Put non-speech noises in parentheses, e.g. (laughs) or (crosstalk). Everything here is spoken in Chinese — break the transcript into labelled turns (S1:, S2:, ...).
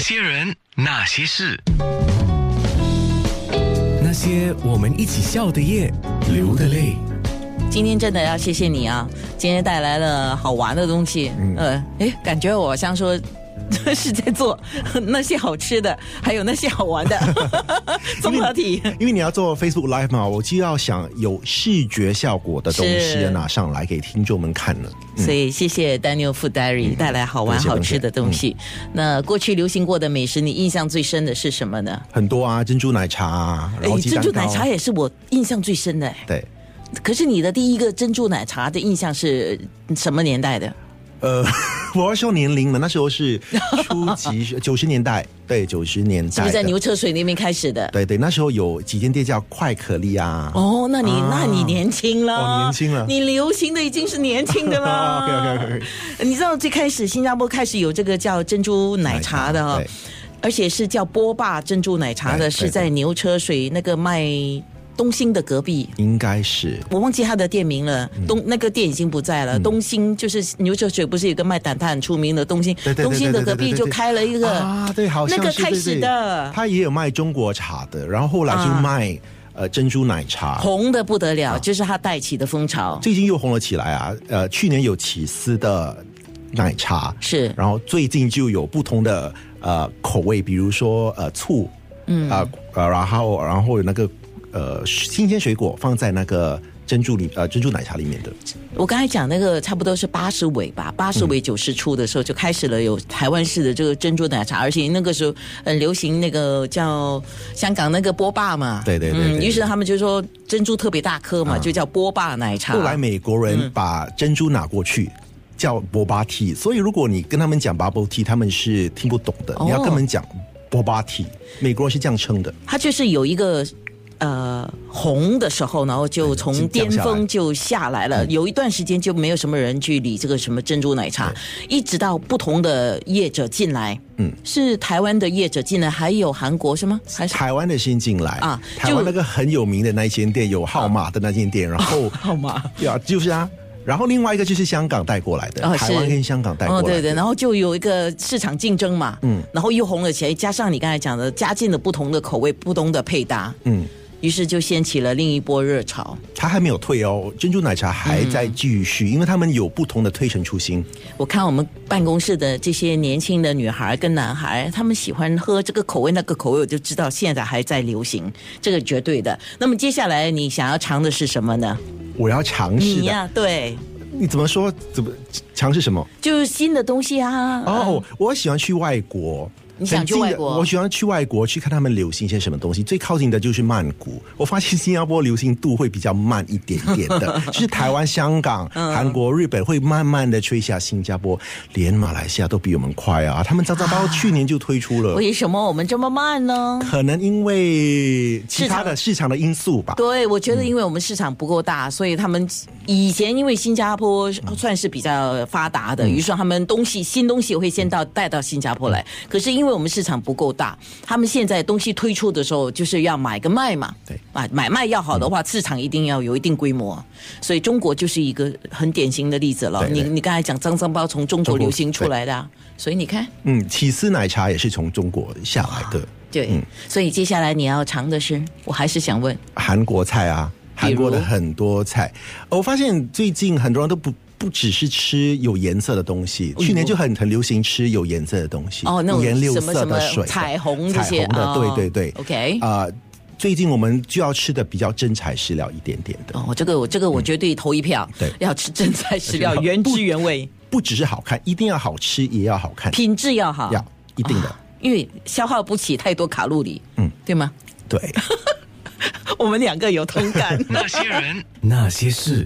S1: 些人，那些事，
S2: 那些我们一起笑的夜，流的泪。
S3: 今天真的要谢谢你啊！今天带来了好玩的东西，嗯，呃，哎，感觉我像说。 (laughs) 是在做 (laughs) 那些好吃的，还有那些好玩的 (laughs) 综合体。
S4: (laughs) 因为你要做 Facebook Live 嘛，我就要想有视觉效果的东西
S3: 是
S4: 拿上来给听众们看了。
S3: 所以谢谢 Daniel f o o Diary 带来好玩
S4: 嗯谢谢嗯
S3: 好吃的东西。那过去流行过的美食，你印象最深的是什么呢？
S4: 很多啊，珍珠奶茶啊，然后
S3: 诶
S4: 鸡
S3: 哎珍
S4: 蛋糕
S3: 珠奶茶也是我印象最深的。诶
S4: 对，
S3: 可是你的第一个珍珠奶茶的印象是什么年代的？
S4: 呃，我要说年龄了，那时候是初级
S3: (laughs)
S4: 九十年代，对，九十年代
S3: 是不是在
S4: 的
S3: 牛车水那边开始的？
S4: 对对，那时候有几间店叫快可丽啊。
S3: 哦，那你、
S4: 啊
S3: 那你年轻了，
S4: 哦年轻了哦
S3: 你流行的已经是年轻的
S4: (laughs)
S3: 了。
S4: OK，OK，OK，OK
S3: 你知道最开始新加坡开始有这个叫珍珠奶茶的哦
S4: 奶茶对，
S3: 而且是叫波霸珍珠奶茶的，
S4: 对
S3: 是在牛车水那个卖东兴的隔壁。
S4: 应该是
S3: 我忘记他的店名了，
S4: 嗯
S3: 东那个店已经不在了。东兴就是牛车水，不是有个卖蛋挞很出名的东兴
S4: 对，对对
S3: 东兴的
S4: 对对
S3: 隔
S4: 对
S3: 壁
S4: 对
S3: 就
S4: 对
S3: 开了一个
S4: 啊，对，好像
S3: 那个
S4: 是
S3: 开
S4: 对
S3: 始
S4: 对
S3: 的
S4: 他也有卖中国茶的，然后后来就
S3: 啊
S4: 卖、呃珍珠奶茶，
S3: 红的不得了，
S4: 啊
S3: 就是他带起的风潮。
S4: 最近又红了起来啊。呃，去年有起司的奶茶，
S3: 是
S4: 然后最近就有不同的呃口味，比如说呃醋，嗯啊呃然后然后有那个呃新鲜水果放在那个珍珠里呃珍珠奶茶里面的，
S3: 我刚才讲那个差不多是八十尾吧，八十
S4: 嗯
S3: 尾九十初的时候就开始了有台湾式的这个珍珠奶茶，而且那个时候很流行那个叫香港那个波霸嘛，嗯
S4: 对对对对对啊
S3: 于是他们就说珍珠特别大颗嘛，就叫波霸奶茶。
S4: 后来美国人把珍珠拿过去。叫 boba tea，所以如果你跟他们讲 bubble tea，他们是听不懂的。
S3: 哦
S4: 你要跟他们讲 boba tea，美国人是这样称的。
S3: 它就是有一个呃红的时候，然后就从巅峰就下来了，
S4: 嗯
S3: 有一段时间就没有什么人去理这个什么珍珠奶茶，一直到不同的业者进来，
S4: 嗯，
S3: 是台湾的业者进来，还有韩国是吗？还是
S4: 台湾的先进来
S3: 啊
S4: 台湾
S3: 就
S4: 那个很有名的那一间店，有号码的那间店，然后
S3: 号码。
S4: (laughs) 对啊，就是啊。然后另外一个就是香港带过来的，
S3: 哦
S4: 台湾
S3: 是
S4: 跟香港带过
S3: 哦，
S4: 来的。
S3: 对对，然后就有一个市场竞争嘛，嗯，然后又红了起来，加上你刚才讲的，加进了不同的口味、不同的配搭，
S4: 嗯，
S3: 于是就掀起了另一波热潮。
S4: 它还没有退哦，珍珠奶茶还在继续，
S3: 嗯
S4: 因为他们有不同的推陈出新。
S3: 我看我们办公室的这些年轻的女孩跟男孩，他们喜欢喝这个口味那个口味，我就知道现在还在流行，这个绝对的。那么接下来你想要尝的是什么呢？
S4: 我要尝试
S3: 你
S4: 的，
S3: 呀、对，
S4: 你怎么说？怎么尝试什么？
S3: 就是新的东西啊。
S4: 哦，我喜欢去外国。
S3: 你想去外国
S4: 很近的我喜欢去外国去看他们流行些什么东西。最靠近的就是曼谷，我发现新加坡流行度会比较慢一点点
S3: (laughs)
S4: 的，就是台湾、香港、
S3: 嗯
S4: 韩国、日本会慢慢的吹下新加坡，连马来西亚都比我们快啊！他们早早到去年就推出了，
S3: 为什么我们这么慢呢？
S4: 可能因为其他的
S3: 市场
S4: 市场的因素吧。
S3: 对，我
S4: 嗯
S3: 觉得因为我们市场不够大，所以他们以前因为新加坡算是比较发达
S4: 嗯
S3: 的，于是他们东西新东西会先到带到新加坡来。
S4: 嗯
S3: 可是因为我们市场不够大，他们现在东西推出的时候就是要买跟卖嘛，
S4: 对嗯
S3: 啊，买卖要好的话，市场一定要有一定规模。所以中国就是一个很典型的例子了。
S4: 对对
S3: 你你刚才讲脏脏包从中
S4: 中
S3: 国
S4: 国
S3: 流行出
S4: 对
S3: 来的、啊，所以你看，
S4: 嗯，起司奶茶也是从中国下来的，
S3: 对，所以接下来你要尝的是，我还是想问，
S4: 韩国菜啊，韩国的
S3: 比如
S4: 很多菜。呃我发现最近很多人都不不只是吃有颜色的东西，去年就很很流行吃有颜色的东西，
S3: 哎哦那种
S4: 五颜六
S3: 什么
S4: 色
S3: 什么
S4: 的水的
S3: 彩虹这些
S4: 彩虹的，
S3: 哦
S4: 对对对
S3: OK
S4: 啊、最近我们就要吃的比较真材实料一点点的，
S3: 哦，我这个我这个我绝对投一票，
S4: 对
S3: 要吃真材实料，
S4: 不
S3: 原汁原味，
S4: 不只是好看，一定要好吃，也要好看，
S3: 品质要好，啊
S4: 要一定的，
S3: 因为消耗不起太多卡路里，
S4: 嗯，
S3: 对吗？
S4: 对。
S3: 我们两个有同感。
S1: 那些人。
S2: 那些事。